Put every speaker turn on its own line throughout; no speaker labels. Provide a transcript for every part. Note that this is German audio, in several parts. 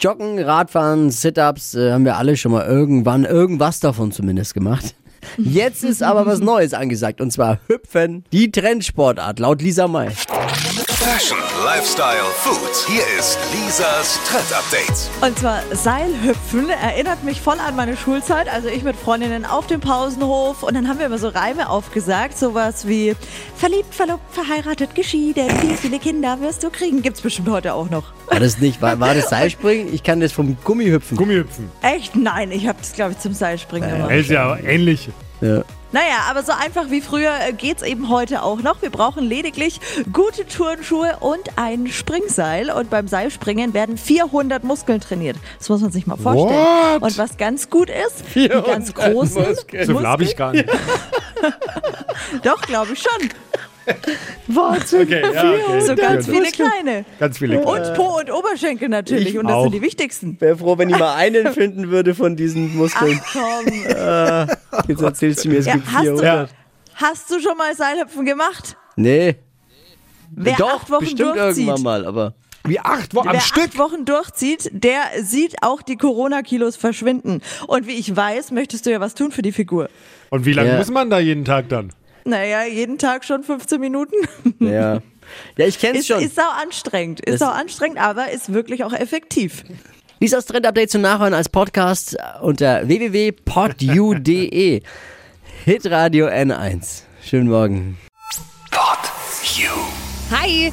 Joggen, Radfahren, Sit-Ups äh, haben wir alle schon mal irgendwann irgendwas davon zumindest gemacht. Jetzt ist aber was Neues angesagt und zwar Hüpfen, die Trendsportart, laut Lisa May.
Fashion, Lifestyle, Food. Hier ist Lisas Trend Update.
Und zwar Seilhüpfen erinnert mich voll an meine Schulzeit. Also ich mit Freundinnen auf dem Pausenhof und dann haben wir immer so Reime aufgesagt, sowas wie verliebt, verlobt, verheiratet, geschieden, wie viele Kinder wirst du kriegen? Gibt's bestimmt heute auch noch.
War das nicht, war, war das Seilspringen? Ich kann das vom Gummi hüpfen.
Gummihüpfen.
Echt? Nein, ich habe das glaube ich zum Seilspringen gemacht.
Das ist ja ähnlich.
Ja.
Naja, aber so einfach wie früher äh, geht's eben heute auch noch. Wir brauchen lediglich gute Turnschuhe und ein Springseil. Und beim Seilspringen werden 400 Muskeln trainiert. Das muss man sich mal vorstellen.
What?
Und was ganz gut ist, die ganz
400
großen Muskeln.
So glaube ich gar nicht.
Doch, glaube ich schon.
Wahnsinn.
Okay, ja, okay.
So ganz
Vier hundert.
viele kleine.
Ganz viele.
Und Po und Oberschenkel natürlich.
Ich
und das
auch.
sind die wichtigsten.
Wäre froh, wenn ich mal einen finden würde von diesen
Ach
Muskeln.
komm.
Jetzt erzählst Ah. du mir, es
Ja,
gibt
hast, du,
400.
Ja.
hast du schon mal Seilhüpfen gemacht?
Nee.
Wer
Doch,
acht Wochen
bestimmt
durchzieht.
irgendwann mal, aber.
Wie acht Wochen
Wer
am Stück.
acht Wochen durchzieht, der sieht auch die Corona-Kilos verschwinden. Und wie ich weiß, möchtest du ja was tun für die Figur.
Und wie lange
Ja.
muss man da jeden Tag dann?
Naja, jeden Tag schon 15 Minuten.
Ja. Ja, ich kenn's
Ist,
schon.
ist sau anstrengend.
Das-
Ist sau anstrengend, aber ist wirklich auch effektiv.
Lisas Trendupdate zum Nachhören als Podcast unter www.podu.de. Hitradio N1. Schönen Morgen.
Pod You.
Hi,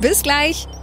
Bis gleich.